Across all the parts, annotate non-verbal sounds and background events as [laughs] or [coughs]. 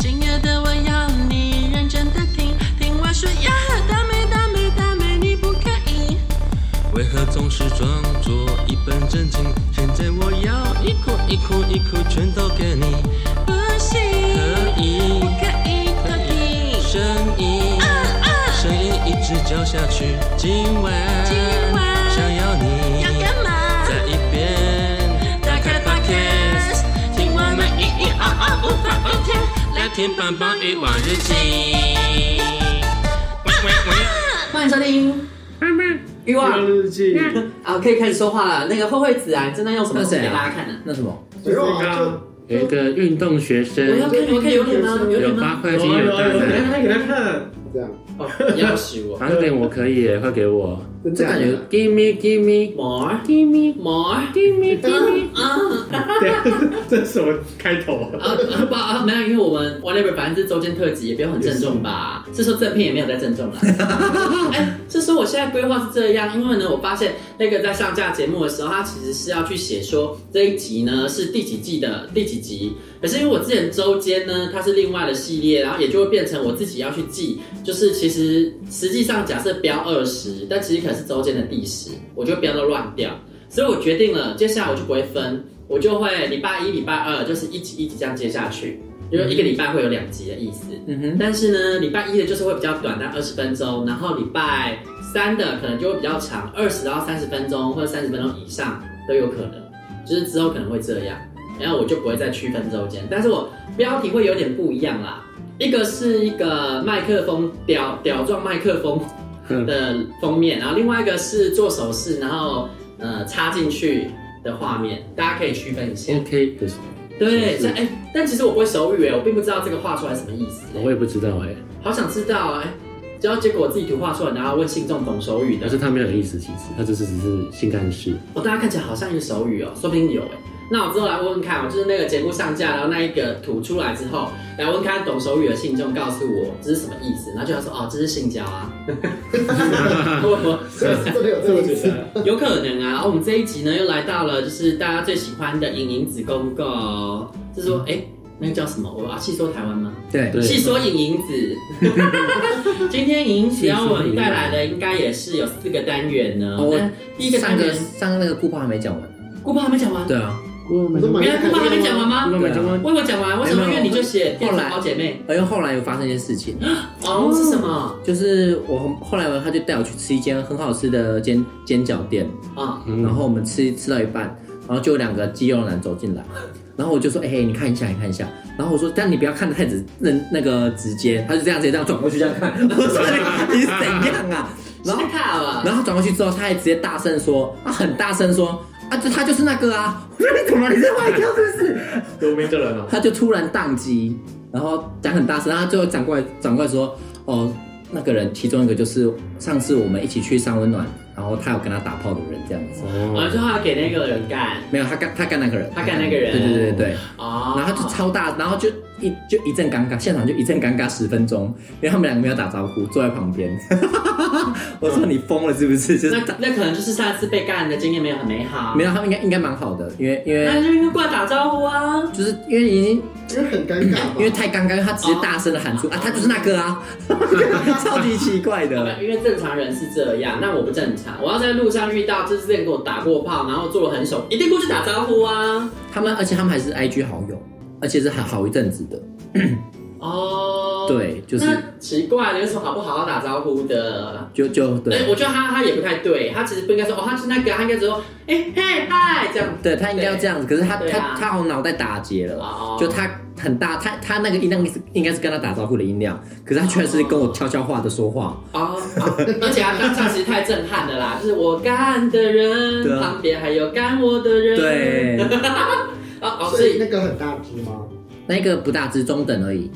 今夜的我要你认真的听，听我说呀，大美大美大美，你不可以。为何总是装作一本正经？现在我要一哭一哭一哭全都给你，不行，可以不可以，可以。声音，声音一直叫下去。今晚，今晚想要你，要干嘛？再一遍，打开 Podcast，听我们咿咿哦哦，无法无天，来听棒棒与往日记。喂喂喂，欢迎收听欲望日记，啊，可以开始说话了。那个慧慧子啊，你正在用什么那东谁西啊给大家看呢？那什么？就是刚有一个运动学我要生，看，我看有脸吗？有脸有八吗？块有肌有有大有，给奶他。看，给他看，这样，要洗我好像点我可以耶，快给我。真这假感觉的？ Give me, give me, more give me, more。 give me, give me。啊对，这是什么开头啊啊？啊！不啊，没有，因为我们 whatever，反正是周间特辑，也不用很郑重吧。是说正片也没有在郑重了。哎，是说我现在规划是这样，因为呢，我发现那个在上架节目的时候，他其实是要去写说这一集呢是第几季的第几集。可是因为我之前周间呢，它是另外的系列，然后也就会变成我自己要去记，就是其实实际上假设标二十，但其实可能是周间的第十，我就标到乱掉。所以我决定了，接下来我就不会分，我就会礼拜一、礼拜二就是一集一集这样接下去，因为一个礼拜会有两集的意思。嗯哼，但是呢，礼拜一的就是会比较短，但二十分钟，然后礼拜三的可能就会比较长，二十到三十分钟或者三十分钟以上都有可能，就是之后可能会这样，然后我就不会再区分周间，但是我标题会有点不一样啦，一个是一个麦克风屌屌状麦克风的封面，然后另外一个是做手势，然后呃插进去的画面，大家可以区分一下。 OK，不是对，是这哎、但其实我不会手语哎，我并不知道这个画出来什么意思。欸我也不知道哎，好想知道哎、只要结果我自己图画出来，然后问信众懂手语的但，是他没有意思，其实他就是只是性暗示。哦，大家看起来好像有手语哦，说不定有哎。那我之后来问问看哦，就是那个节目上架，然后那一个图出来之后，来问看懂手语的信众告诉我这是什么意思，然后就要说哦，这是性交啊。 [laughs] 我真的有这这么么意 [laughs] 简思？单？有可能啊。然后我们这一集呢，又来到了就是大家最喜欢的影影子公告，就是说哎，那个叫什么？我要细说台湾吗？对，对，细说影影 [laughs] 子，今天影影子要我们带来的应该也是有四个单元呢。哦那第一个上单个元，上那个顾话还没讲完。顾爸还没讲完，对啊，我我们都蛮原来顾爸还没讲完吗？我们中文为什么讲完？为什么？因没有为你就写后电来子好姐妹而后来有发生一件 [gasps] 事情，哦，是什么就是我后来他就带我去吃一间很好吃的煎煎饺店，啊？嗯然后我们吃吃到一半，然后就有两个肌肉男走进来，然后我就说，哎、你看一下，你看一下。然后我说，但你不要看得太直，那那个直接，他就这样直接这样转过去这样看， [laughs] 我说你你是怎样啊？然后哦太卡了吧。然后转过去之后，他还直接大声说，他很大声说，啊，这他就是那个啊！我说你怎么了你在外跳是不哦是？有名的人啊，他就突然宕机，然后讲很大声，然后他最后转过来转过来说：“哦，那个人其中一个就是上次我们一起去三温暖，然后他有跟他打炮的人这样子，然后哦，就他给那个人干没有他干他干那个人，他干那个人对对对对对，哦，然后他就超大，然后就一就一阵尴尬，现场就一阵尴尬十分钟，因为他们两个没有打招呼，坐在旁边， [laughs] 我说你疯了是不是？就是那那可能就是上一次被干的经验没有很美好，没有，他们应该应该蛮好的，因为因那为就应该过来打招呼啊。就是因为已经因为很尴尬嘛，因为太尴尬，因为他直哦接大声的喊出啊，他就是那 [laughs] 个啊， [laughs] 超级奇怪的。因为正常人是这样，那我不正常。我要在路上遇到就是之前跟我打过炮，然后做了很手，一定过去打招呼啊。他们而且他们还是 IG 好友，而且是好好一阵子的。哦，，对，就是那奇怪，你为什么好不好好打招呼的？就就哎，对我觉得他他也不太对，他其实不应该说哦，他是那个，他应该只说哎嘿嗨这样。对，他应该要这样子，可是他对啊他他好像脑袋打结了。哦，就他很大，他他那个音量是应该是跟他打招呼的音量，可是他居然是跟我悄悄话的说话，哦，哦而且他当下其实太震撼了啦，就是我干的对人，啊旁边还有干我的人，， [laughs] 对，哦哦，所所以以那个很大只吗？那个不大只中等而已，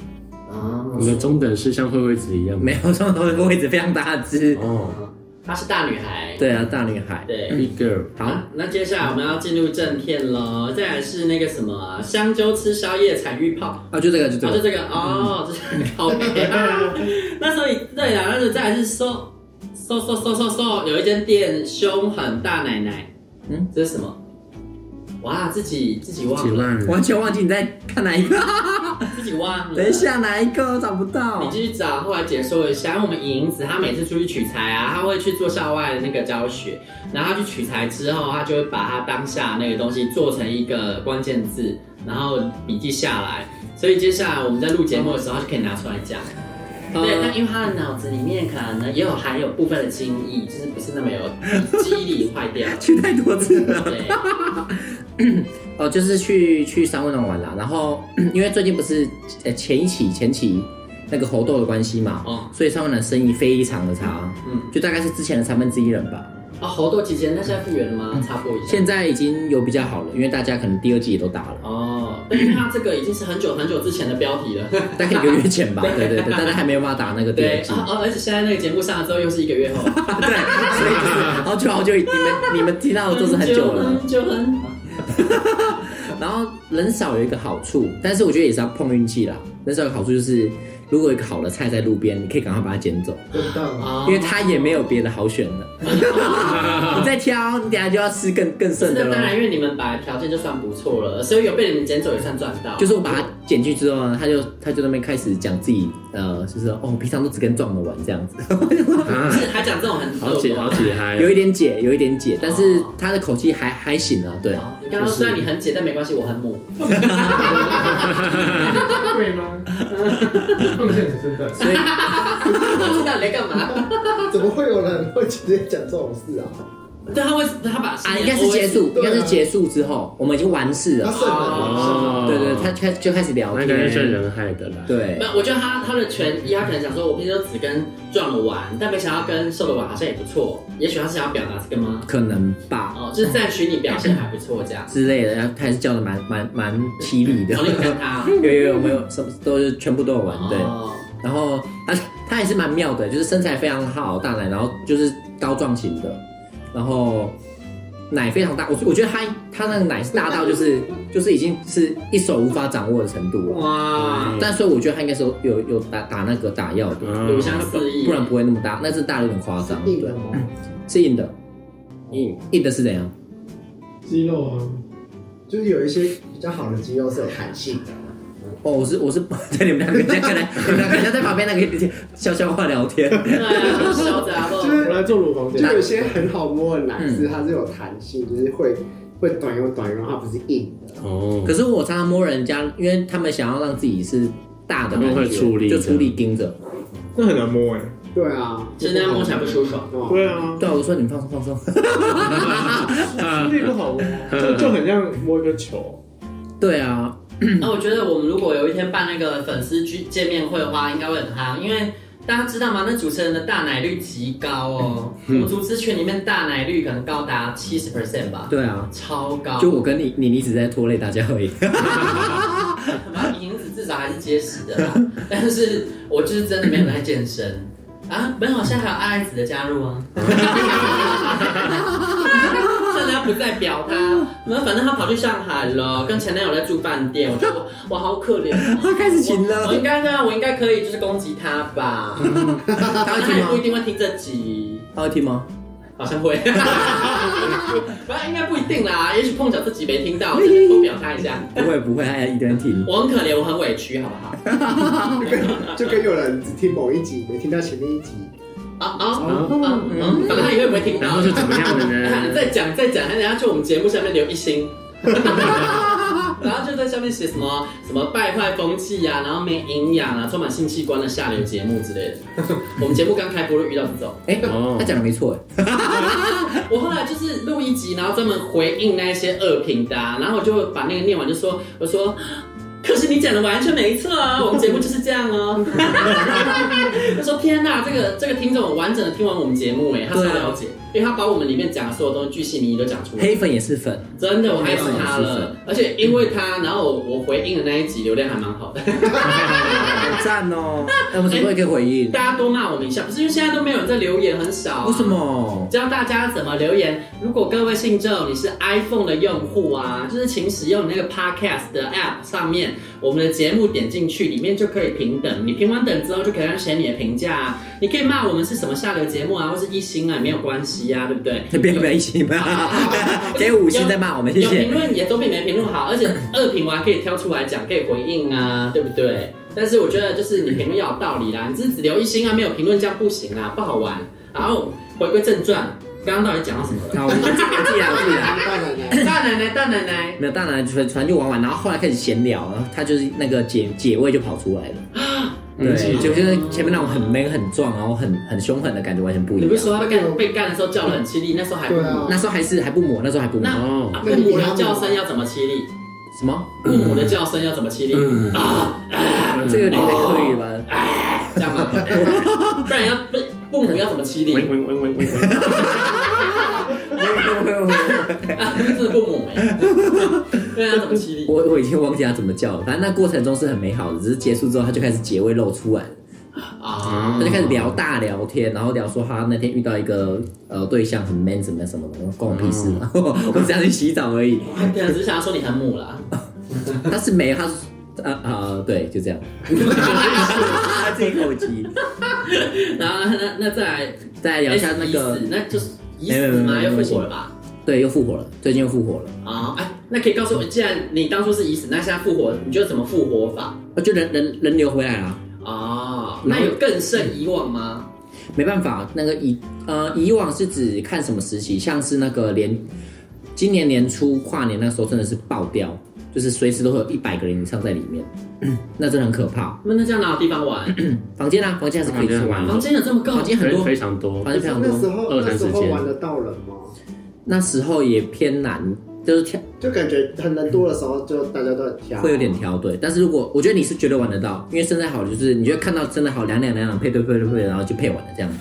哦你的中等是像慧慧子一样吗？没有上头的位置非常大只，哦她是大女孩，对啊，大女孩，对， ，Big Girl，好，那接下来我们要进入正片喽，再来是那个什么啊香蕉吃宵夜产玉炮，啊，就这个就这哦，就个，这个哦，这是好美啊！那所以对啊啦，那就再来是搜搜搜搜搜搜，有一间店凶狠大奶奶，嗯嗯，这是什么？哇，自己自己几忘了，万人，完全忘记你在看哪 [laughs] 一个，自己忘了。等一，下哪一个我找不你到，继续找。后来解说一下，因为我们银子她每次出去取材啊，她会去做校外的那个教学，然后她去取材之后，她就会把她当下那个东西做成一个关键字，然后笔记下来。所以接下来我们在录节目的时候，她就可以拿出来讲。对，但呃，因为她的脑子里面可能也有含有部分的精益，就是不是那么有记忆力坏掉。去太多次了。对， [laughs] 哦，就是去去三温暖玩啦。然后因为最近不是呃前一期前期那个猴痘的关系嘛，哦所以三温暖生意非常的差，嗯，就大概是之前的三分之一人吧。啊，猴痘期间，那现在复原了吗？插播一下。现在已经有比较好了，因为大家可能第二季也都打了，哦，因为它这个已经是很久很久之前的标题了。大概一个月 [laughs] 前吧。对对对，大家还没有办法打那个第二对季。啊哦，而且现在那个节目上了之后又是一个月 [laughs] 后，对，所以就是好久好久，你们你们听到的哦都是很久了。很久很久。然后人少有一个好处，但是我觉得也是要碰运气啦。人少有个好处就是，如果有一个好的菜在路边，你可以赶快把它捡走，笨蛋啊！哦因为它也没有别的好选 [laughs] 的。你再挑，你等下就要吃更更剩的那当了。然，因为你们本来条件就算不错了，所以有被你们捡走也算赚到。就是我把它剪去之后呢，他就他就那边开始讲自己，呃，就是说哦，我平常都只跟壮的玩这样 [laughs] 子，啊，是还讲这种很好解好解嗨，有一点解，有一点解，但是哦他的口气还还行啊，对，哦你刚刚虽然你很解，但没关系，我很母。会吗？奉献你身段，所以我知道你在干嘛。怎么会有人会直接讲这种事啊？对，他为他把啊，啊应该是结束，应对啊该是结束之后，我们已经完事他了，剩的，哦，对对，他开就开始聊那天，应该是人害的啦，对没，有，我觉得他他的权益，他可能想说，我平时都只跟壮的玩，但没想到跟瘦的玩好像也不错。也许他是想要表达这个吗？可能吧哦，就是赞许你表现还不错这样。之类的，然后他还是叫的蛮蛮蛮犀利的我。有看他。 [laughs] 有有有，我们有什么都是全部都有玩，对。哦然后他他也是蛮妙的，就是身材非常好，大奶，然后就是高壮型的，然后奶非常大，我我觉得他他那个奶是大到就是就是已经是一手无法掌握的程度了。哇，但所以我觉得他应该是有有有打打那个打药的，嗯五香四溢，不然不会那么大，那是大得有点夸张，硬对的，吗？是硬的，硬硬的是怎样？肌肉啊，就是有一些比较好的肌肉是有弹性的，哦，我是我是对你们两个人家可能你们两个人家在旁边那个悄悄话聊天，对啊，很嚣张就哦。是我来做乳房就检查有一些很好摸的奶是它是有弹性，就是会会短又短又，它不是硬的。哦可，是我常常摸人家，因为他们想要让自己是大的他们感会觉，出力就出力盯着。那很难摸哎，对啊，真的摸起来不舒爽。对啊对啊，对啊，我说你们放松放松。力不 [laughs] 好摸，啊哦呃就就很像摸一个球，对啊，那我觉得我们如果有一天办那个粉丝聚见面会的话，应该会很哦夯，因为大家知道吗？那主持人的大奶率极高哦，嗯我们主持群里面大奶率可能高达七十 percent 吧，对啊，超高。就我跟你你一直在拖累大家而已。然后银子至少还是结实的啦，但是我就是真的没有在健身啊。没有，现在还有爱爱子的加 [laughs] 入啊。趁他不在表他，那反正他跑去上海了，跟前男友在住饭店， [laughs] 我觉得我我好可怜、哦。他开始行了我我应该呢，我应该可以就是攻击他吧， [laughs] 他会他听也不一吗？定会听这集。他会听吗？好像 [laughs] 会，反正应该不一定啦，也许碰巧自己没听到，只是偷表他一下。哦不会不会，他一定会听。我很可怜，我很委屈，好不好？就跟就跟有人只听某一集，没听到前面一集，啊啊啊！嗯反正他也会不会听哦到。然后就怎么样了呃啊呢？ [laughs] 再讲再讲，他等下去我们节目下面留一星。 [laughs] 然后就在下面写什么什么败坏风气呀、然后没营养啊，充满性器官的下流节目之类的。 [laughs] 我们节目刚开播就遇到这种，哎、哦他讲的没错，哎我后来就是录一集，然后专门回应那一些恶评的、啊，然后我就把那个念完，就说我说。可是你讲的完全没错啊， [laughs] 我们节目就是这样哦。 [laughs] 他说：“天哪，这个这个听众完整的听完我们节目哎，他超对啊了解，因为他把我们里面讲的所有东西巨细靡遗都讲出来。黑粉也是粉，真的，我爱死他是是了，而且因为他，然后我我回应的那一集流量还蛮好的，嗯好 [laughs] 赞哦、那我们什么时候可以回应？大家多骂我们一下，不是因为现在都没有人在留言，很少、啊为什？么？教大家怎么留言。如果各位信众你是 iPhone 的用户啊，就是请使用你那个 Podcast 的 App 上面，我们的节目点进去，里面就可以评等。你评完等之后，就可以让写你的评价啊。你可以骂我们是什么下流节目啊，或是一星啊，没有关系啊，对不对？ [laughs] 那边没行 [laughs] 吧？给五星再骂我们，谢有评谢。论也都比没评论好， [laughs] 而且二评完可以挑出来讲，可以回应啊，对不对？但是我觉得就是你评论要有道理啦，你只是只留一星啊，没有评论这样不行啊啦，不好玩。然后回归正传，刚刚到底讲到什么了？好，我自己我自己来，我自己大奶奶。来。[laughs] 大奶奶，大奶奶，没有，当然传传就玩玩，然后后来开始闲聊，然后他就是那个解解位就跑出来了。嗯对，就就是前面那种很 man 很壮，然后很很凶狠的感觉完全不你一不是说样。他被干被干的时候叫得很凄厉，那时候还不对啊，那时候还是还不抹，那时候还不抹。那哦啊父母的叫声要怎么凄厉？什么？父母的叫声要怎么凄厉？嗯，嗯这个有点太刻意了吧？这样吗？ [laughs] 不然要不父母要怎么凄喂厉？喂喂喂喂， [laughs] 啊，是父母没，对啊，怎么凄厉？ [laughs] 我我已经忘记他怎么叫了，反正那过程中是很美好的，只是结束之后他就开始结尾露出来，啊他就开始聊大聊天，然后聊说他那天遇到一个呃对象很 man 什么什么的，关我屁事，嗯 [laughs] 我只想去洗澡而已。他可能啊只是想要说你很母 [laughs] 啦。他是没有，他是呃啊对，就这样，他自己口急。然后那那那再来再来聊一下那已个死，那哎就是已没死有没有吗？没又有复活了吧？对，又复活了，最近又复活了。啊，哎，那可以告诉我，既然你当初是已死，那现在复活，你觉得怎么复活法？我就人人人流回来啊了，哦，那嗯有更胜以往吗？没办法，那个以呃以往是指看什么时期，像是那个年今年年初跨年那时候真的是爆掉，就是随时都会有一百个人以上在里面，那真的很可怕。那嗯那这样哪有地方玩？ [coughs] 房间啊，房间还是可以去玩，房间有这么高房？间很人多，非常多房，间可非是那时常多。候二那三时十候间玩得到人吗？那时候也偏难，就是跳就感觉很人多的时候，就大家都很挑，会有点挑对，但是如果我觉得你是绝对玩得到，因为身材好就是你就会看到身材好两两两两配对配对配对，然后就配完了这样子。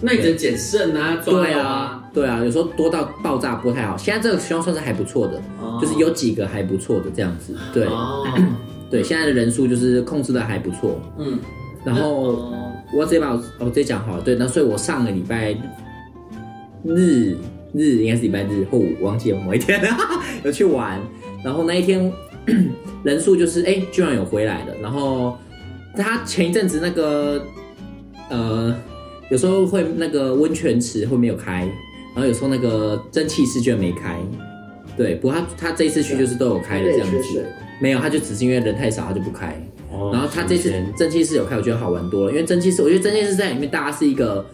那你只能捡剩啊，抓对啊。啊，对啊，有时候多到爆炸不太好。现在这个希望算是还不错的，哦就是有几个还不错的这样子。对、啊哦，对，现在的人数就是控制的还不错。嗯，然后哦我直接把我我直接讲好了，对，那所以我上个礼拜日日应该是礼拜日或五，忘记了某一天有去玩，然后那一天 [coughs] 人数就是哎、居然有回来了，然后他前一阵子那个呃有时候会那个温泉池会没有开，然后有时候那个蒸汽室居然没开，对，不过他他这一次去就是都有开了这样缺子水，。没有他就只是因为人太少他就不开。哦然后他这次神仙蒸汽室有开，我觉得好玩多了。因为蒸汽室，我觉得蒸汽室在里面大家是一个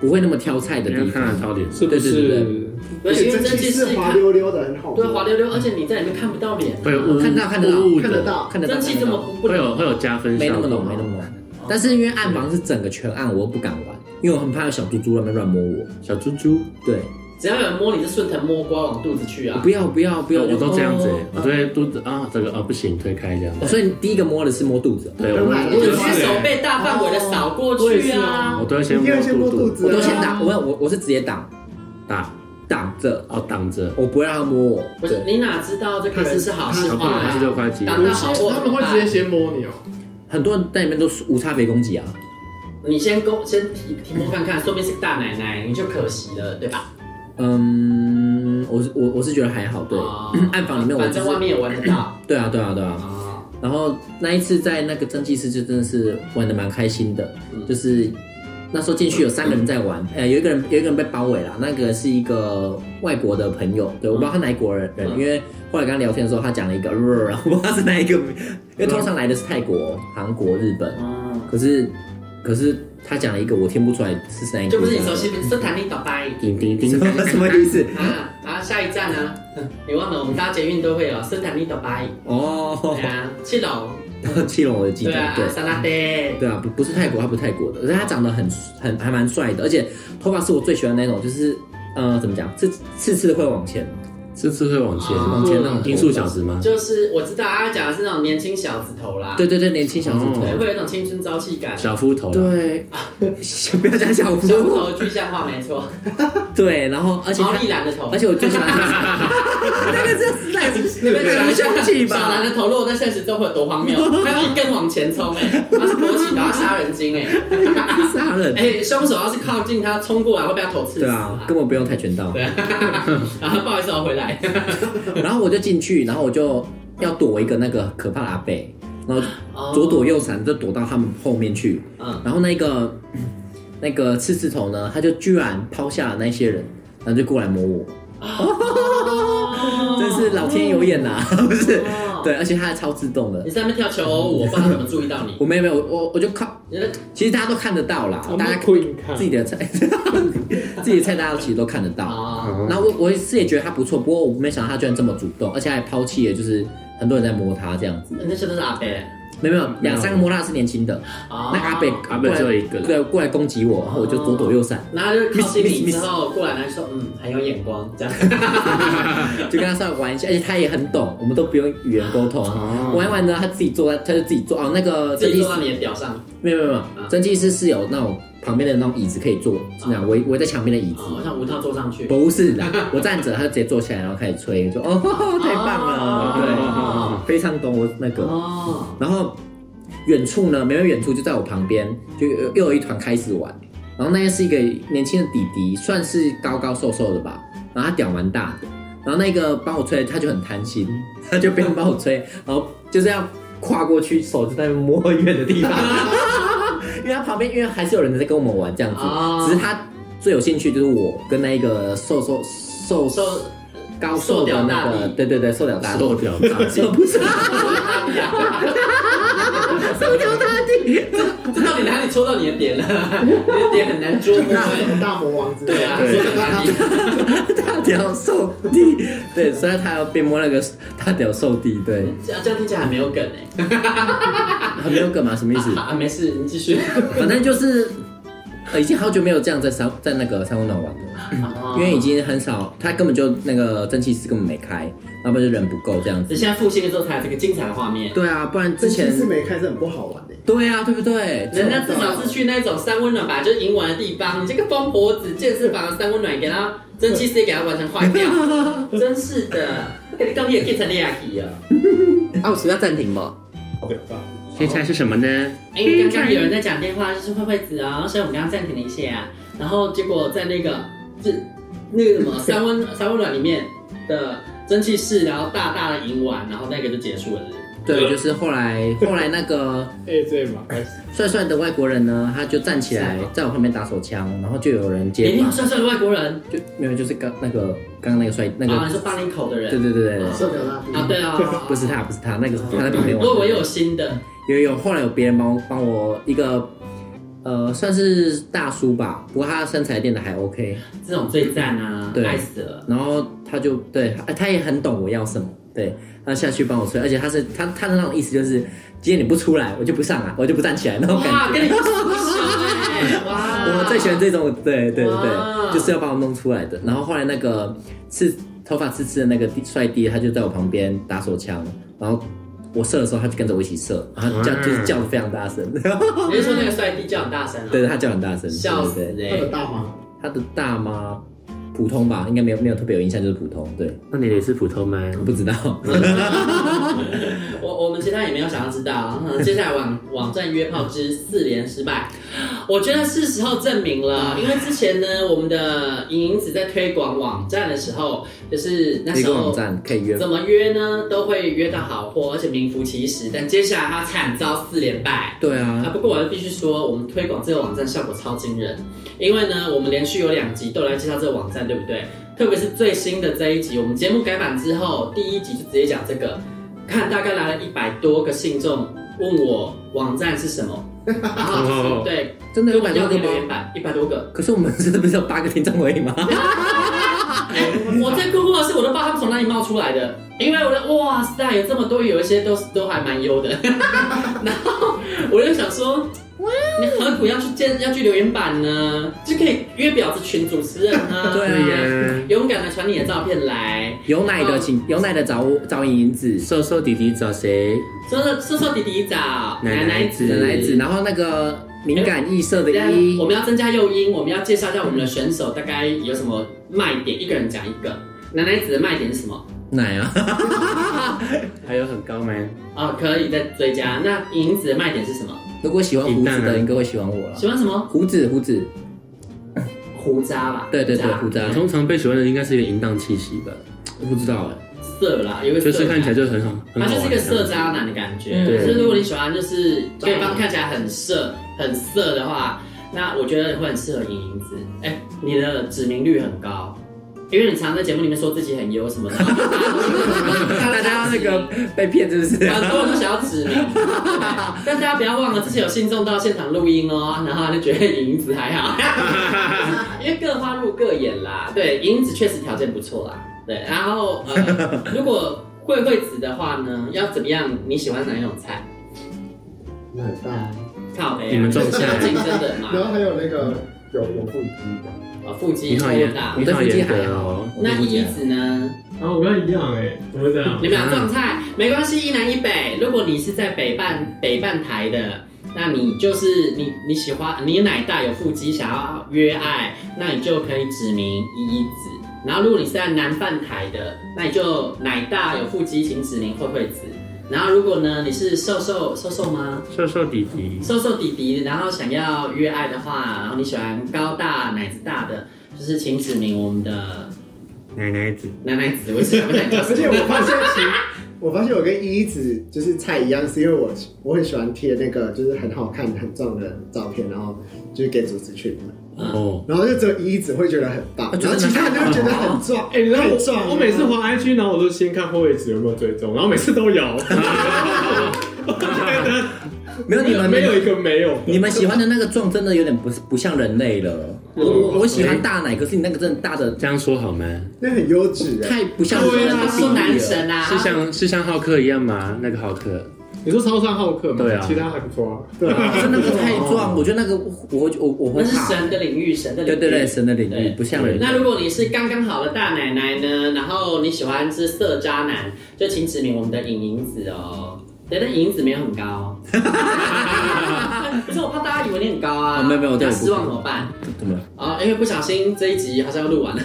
不会那么挑菜的因地为看了方。超脸是不对对对是？而且蒸蒸汽汽是室滑看溜溜的，很好对啊玩。滑溜溜，而且你在里面看不到脸，会有雾，看到看得到雾雾看得的，到，看得到，哎蒸汽这么不会有会有加分没效那果么浓，没那么浓。但是因为暗房是整个全暗，我又不敢玩，因为我很怕有小猪猪在那边乱摸我。小猪猪，对，只要有人摸你，就顺藤摸瓜往肚子去啊不。要不要不要，我都这样子哦，我都会肚子啊，这个啊不行，推开这样哦。。所以你第一个摸的是摸肚子，对，我你会就是手被大范围的扫过去啊我。都会一定要先先摸摸肚肚子，子啊，我都先挡，我我我是直接挡打，挡着，哦挡着，我不会让他摸我。不是，对，你哪知道这个人是好是然后坏来是六啊？块几，打到好或他们会直接先摸你哦，很多人在里面都是无差别攻击啊。你先勾先提提摸看看，说不定是大奶奶，你就可惜了，对吧？嗯，我是我我是觉得还好，对哦，暗房里面我反就正是外面也玩得到。对啊，对啊，对啊。啊，然后那一次在那个蒸汽室就真的是玩的蛮开心的，就是那时候进去有三个人在玩，呃，有一个人有一个人被包围了，那个是一个外国的朋友，对，我不知道他哪一国人，人嗯因为后来跟他聊天的时候，他讲了一个，我不知道他是哪一个，因为通常来的是泰国、韩国、日本，哦，可是可是他讲了一个我听不出来是哪一个，就不是你熟悉，不是斯坦利倒掰叮叮叮什，么什么意思？啊啊！下一站啊，嗯你忘了我们搭捷运都会有斯坦利倒掰，哦对，啊，七楼， [laughs] 七龙我记得对，啊对，。沙拉爹，对啊，不不是泰国，他不是泰国的，可是他长得很很还蛮帅的，而且头发是我最喜欢那种，就是呃怎么讲，刺刺刺会往前，这次会往前，往前那种音速小子吗？就是我知道他讲的是那种年轻小子头啦，对对对，年轻小猪头，对，会有一种青春朝气感。哦小夫头啦，啊对， [laughs] 不要讲小夫小头具象化没错，对，然后而且毛他利哦兰的头，而且我最喜欢 [laughs] 他，那个这是来 [laughs] 自对对来对自凶器小兰吧？的头落在现实中会有多荒谬？还有一根往前冲，哎，他是勃起，然后杀人精，哎，杀人，哎，凶手要是靠近他冲过来，会被他头刺死对啊，根本不用跆拳道。对啊，然后不好意思，我回来。然后我就进去，然后我就要躲一个那个可怕的阿贝，然后左躲右闪，就躲到他们后面去。嗯，然后那个那个刺刺头呢，他就居然抛下了那些人，然后就过来摸我， [laughs] 真是老天有眼呐、啊 [laughs] 不是？对，而且他还超自动的你，在那边跳求偶舞，我不知道他怎么注意到你。我没有没有，我我我就靠，你的其实大家都看得到啦，大家以看自己的菜， [laughs] 自己的菜大家其实都看得到。啊，然后我我是也觉得他不错，不过我没想到他居然这么主动，而且还抛弃了就是很多人在摸他这样子。那些都是阿贝没有没有，两三个摸他是年轻的，啊那阿贝阿贝过来只有一个对，过来攻击我，然后我就左躲右闪，然后就靠近你之后过来，然后说嗯，很有眼光这样。就跟他稍微玩一下，而且他也很懂，我们都不用语言沟通。玩一玩呢，他自己坐在，他就自己坐哦。那个自蒸己汽坐啊到师你的屌上，没有没有没有，蒸汽师是有那种旁边的那种椅子可以坐，是那样围围在墙边的椅子。哦，像吴涛坐上去。不是的，我站着，他就直接坐下来，然后开始吹，就哦，太棒了，对，非常懂我那个。哦，然后远处呢，没有远处就在我旁边，就又又有一团开始玩。然后那个是一个年轻的弟弟，算是高高瘦瘦的吧，然后他屌蛮大的。然后那个帮我吹，他就很贪心， [laughs] 他就边帮我吹，然后就是要跨过去，手就在那边摸很远的地方，因为他旁边因为还是有人在跟我们玩这样子，哦只是他最有兴趣就是我跟那一个瘦瘦瘦瘦瘦高瘦的那瘦屌大个，弟对对对，瘦屌大弟，瘦屌大弟瘦不是。这到底哪里戳到你的点了？你的点很难捉摸。大魔王之类对的 [laughs] 啊，说的哪里？大屌受地，对，所以他要被摸那个大屌受地，对，这啊样这样听起来很没有梗哎。很没有梗嘛，什么意思？啊，没事，你继 [laughs] 续。反正就是，呃已经好久没有这样在三在那个三温暖玩了，哦因为已经很少，他根本就那个蒸汽室根本没开，要不然就人不够这样子。你现在复兴的时候才有这个精彩的画面。对啊，不然之前是没开是很不好玩的。对啊，对不对？人家至少是去那种三温暖吧，就是赢完的地方。你这个疯婆子，健身房的三温暖给他蒸汽室给他完全换 [laughs] 掉，真是的。哎跟你刚也可以成立啊！啊，我是要暂停吧？现在是什么呢？因为哎刚刚有人在讲电话，就是慧慧子啊，所以我们刚刚暂停了一下、啊，然后结果在那个这那个什 [laughs] 么三温三温暖里面的蒸汽室，然后大大的赢完，然后那个就结束了。对，就是后来后来那个 AJ 嘛，哎开始帅帅的外国人呢，他就站起来在我后面打手枪，然后就有人哎，接你嘛好，帅帅的外国人就没有就是刚那个刚刚那个帅那啊，你个说八零口的人对对对对，对射雕大帝啊，对啊，不是他，不是他，那个他在旁边玩。我以为有新的，有有，后来有别人帮我帮我一个，呃，算是大叔吧，不过他身材练得还 OK，这种最赞啊，对爱死了。然后他就对，他他也很懂我要什么，对，他下去帮我吹，而且他是他他的那种意思就是，今天你不出来，我就不上来，我就不站起来那种哇，感觉。跟你不熟哎，哇！我最喜欢这种，对对对哇对，就是要把我弄出来的。然后后来那个刺头发刺刺的那个弟帅弟，他就在我旁边打手枪，然后我射的时候，他就跟着我一起射，然后叫嗯就是叫的非常大声， [laughs] 你是说那个帅弟叫很大声啊？对，他叫很大声，笑死欸对对对他的哎！大妈他的大妈普通吧，应该没有没有特别有印象，就是普通。对，那你的也是普通吗？不知道。嗯 [laughs] 我我们其他也没有想要知道。嗯 [laughs] 接下来网网站约炮之四连失败，我觉得是时候证明嗯了，因为之前呢，我们的莹莹子在推广网站的时候，就是那一时个候网站可以约怎么约呢，都会约到好货，而且名副其实。但接下来他惨遭四连败。对啊，啊，不过我还必须说，我们推广这个网站效果超惊人，因为呢，我们连续有两集都来介绍这个网站，对不对？特别是最新的这一集，我们节目改版之后，第一集就直接讲这个，看大概来了一百多个信众问我网站是什么，然 [laughs] 后对，真的跟有我百要多那个留言吗？板一百多个。可是我们真的不是有八个听众而已 [laughs] 吗？哎、 [laughs] 我最困惑的是，我都不知道他们从哪里冒出来的，因为我的哇塞，有这么多，有一些都都还蛮优的， [laughs] 然后我就想说，你何苦要去建要去留言板呢？就可以约婊子群主持人呢、 [laughs] 对啊呀，勇敢的传你的照片来，有奶的请，有奶的找我找银子，瘦瘦弟弟找谁？瘦瘦瘦瘦弟弟找奶奶奶奶嗯奶子奶子，然后那个敏感易色的对啊一我，们要增加诱因，我们要介绍一下我们的选手大概有什么卖点，一个人讲一个。奶奶子的卖点是什么？奶啊，还有很高吗？啊、可以再追加。那银子的卖点是什么？ [laughs] 如果喜欢胡子饮弹啊的，应该会喜欢我了喜。欢什么？胡子，胡子，胡渣吧？对对对，渣胡渣，通常被喜欢的应该是一个淫荡气息吧？我不知道 [laughs] 哎，色啦，有一个色就感是看起来就很好，很他好就玩。啊是一个色渣男的感觉。嗯就对是如果你喜欢就是对方看起来很色很色的话，那我觉得会很适合莹莹子。哎、你的指名率很高。因为你常在节目里面说自己很优什么的， [laughs] 大大家那个被骗是不是？很多人都想要指名， [laughs] 对但大家不要忘了，之前有信众到现场录音哦，然后他就觉得银子还好， [laughs] 因为各花入各眼啦。对，银子确实条件不错啦。对，然后呃，如果慧慧子的话呢，要怎么样？你喜欢哪一种菜？那很大。靠北啊，你们种菜竞争的嘛，然后还有那个有有腹肌的，啊，腹肌你超好严，大你。对好腹肌严还格好哦。，我对那腹肌一还好子呢？然后我跟他一样哎，怎么会这样你？们俩撞菜没关系，一南一北。如果你是在北半北半台的，那你就是你你喜欢你奶大有腹肌，想要约爱，那你就可以指名一一子。然后如果你是在南半台的，那你就奶大有腹肌，请指名慧慧子。然后如果呢你是瘦瘦瘦瘦吗？瘦瘦弟弟，瘦瘦弟弟，然后想要约爱的话，然后你喜欢高大奶子大的，就是请指名我们的奶奶子，奶奶子。我是想不想叫什而且么？ [laughs] 我发现其实。 [laughs] 我发现我跟一子就是菜一样，是因为我我很喜欢贴那个就是很好看很壮的照片，然后就是给组织群嘛，哦，然后就只有一子会觉得很棒，然后其他人就会觉得很壮，哎，你知道很壮啊。我我每次滑 IG，然后我都先看后位置有没有追踪，然后每次都有，我觉没有得你们没有一个没有，你们喜欢的那个壮真的有点不不像人类了。我我我喜欢大奶，可是你那个真的大的这样说好吗？那很优质哎，太不像对人啊，了。说男神啊，是像是像浩克一样吗？那个浩克，你说超上好客嘛？对啊其他还不错啊。对啊，可是那个太壮，我觉得那个我我我那会是怕。神的领域，神的领对域。对对，神的领域对不像人。那如果你是刚刚好的大奶奶呢，然后你喜欢吃色渣男，就请指明我们的影影子哦。对，但影影子没有很 [laughs] 高，可是我怕大家以为你很高啊，哦没有没有对那我不失望怎么办？怎么了？啊、因为不小心这一集好像要录完 [laughs] 了，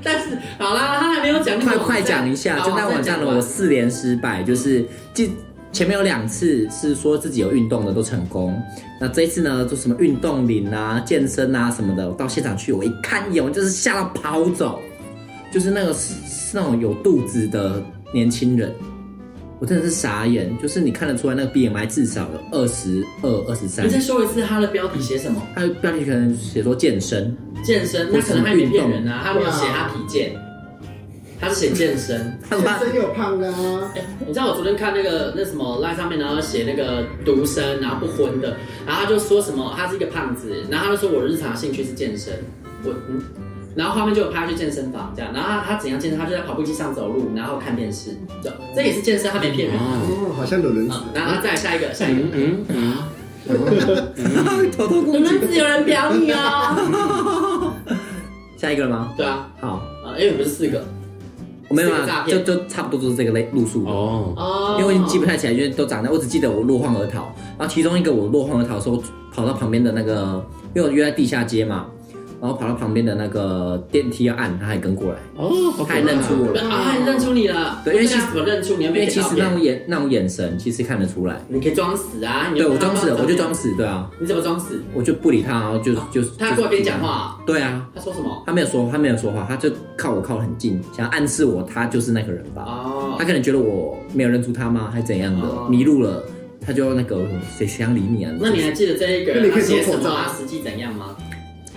但是好啦，他还没有讲那个快网站，快讲一下，好就那网站讲的完我四连失败，就是记前面有两次是说自己有运动的都成功，那这一次呢，就什么运动铃啊、健身啊什么的，我到现场去我一看一眼，我就是吓到跑走，就是那个是是那种有肚子的年轻人，我真的是傻眼，就是你看得出来那个 BMI 至少有二十二、二十三你，再说一次他的标题写什么？他标题可能写说健身，健身，那可能他也骗人啊，他没有写他体健，他是写健身。他怎么办？真有胖的啊，你知道我昨天看那个那什么 line 上面，然后写那个独生，然后不婚的，然后他就说什么他是一个胖子，然后他就说我日常兴趣是健身，我嗯，然后画面就有拍他去健身房这样，然后他他怎样健身，他就在跑步机上走路，然后看电视，这这也是健身，他没骗人啊。哦，好像有人嗯然后再来下一个，下一个，嗯嗯嗯， [laughs] 偷偷我攻击们，只有人表你哦。下一个了吗？对啊，好，啊，因为不是四个我没有四个诈啊，就骗就差不多都是这个类路数的。哦，哦因为我已经记不太起来，因为都长大，我只记得我落荒而逃。然后其中一个我落荒而逃的时候，跑到旁边的那个，因为我约在地下街嘛，然后跑到旁边的那个电梯要按，他还跟过来，哦，好可他还认怕。出我了。啊，认出你了，对因为其实那怎么认出你？要因不要为给其照实片那种眼那种眼神，其实看得出来。你可以装死啊，你对就我装死，不要我就装死，对啊，你怎么装死？我就不理他，然后就就哦他过来跟你讲，话，对啊，他说什么？他没有说，他没有说话，他就靠我靠很近，想暗示我他就是那个人吧。哦他，可能觉得我没有认出他吗，还怎样的，哦迷路了，他就那个谁谁想理你啊？那你还记得这一个那你人可他以写脱什口么罩啊？实际怎样吗？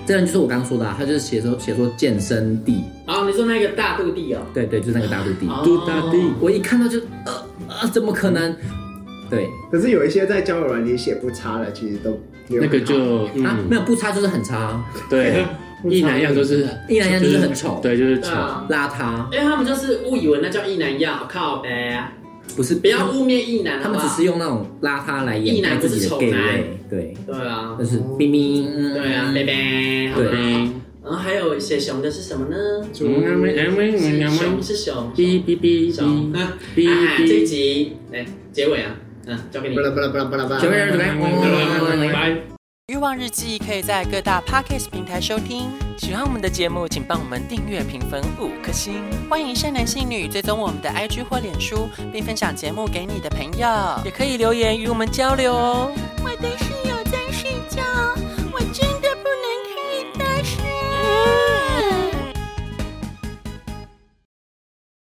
这人就是我刚刚说的、啊，他就是写说写说健身地，哦，你说那个大肚地哦，对对，就是那个大陆地。哦杜大帝，我一看到就呃呃，怎么可能？嗯对可是有一些在交友软体写不差的，其实都没有那个很好就啊，嗯没，有不差就是很差啊， [laughs] 对，一男一样都是，一男一样就是很丑，对，就是对丑。啊，邋遢，因为他们就是误以为那叫一男药，靠呗，不是不要污蔑一男，他们好只不好是用那种邋遢来一掩盖男不自是己的丑 gay 男味，对，对啊就，是冰冰，嗯对啊，贝贝，好吧。对然后还有写熊的是什么呢？嗯嗯嗯嗯是嗯熊嗯是熊，哔哔哔熊哔，啊，哔哎哔这一集哎结尾啊，嗯，交给你不。啦不啦不啦不啦不啦前面人准备，嗯拜。欲望日记可以在各大 podcast 平台收听。喜欢我们的节目，请帮我们订阅、评分五颗星。欢迎善男信女追踪我们的 IG 或脸书，并分享节目给你的朋友，也可以留言与我们交流哦。我的室友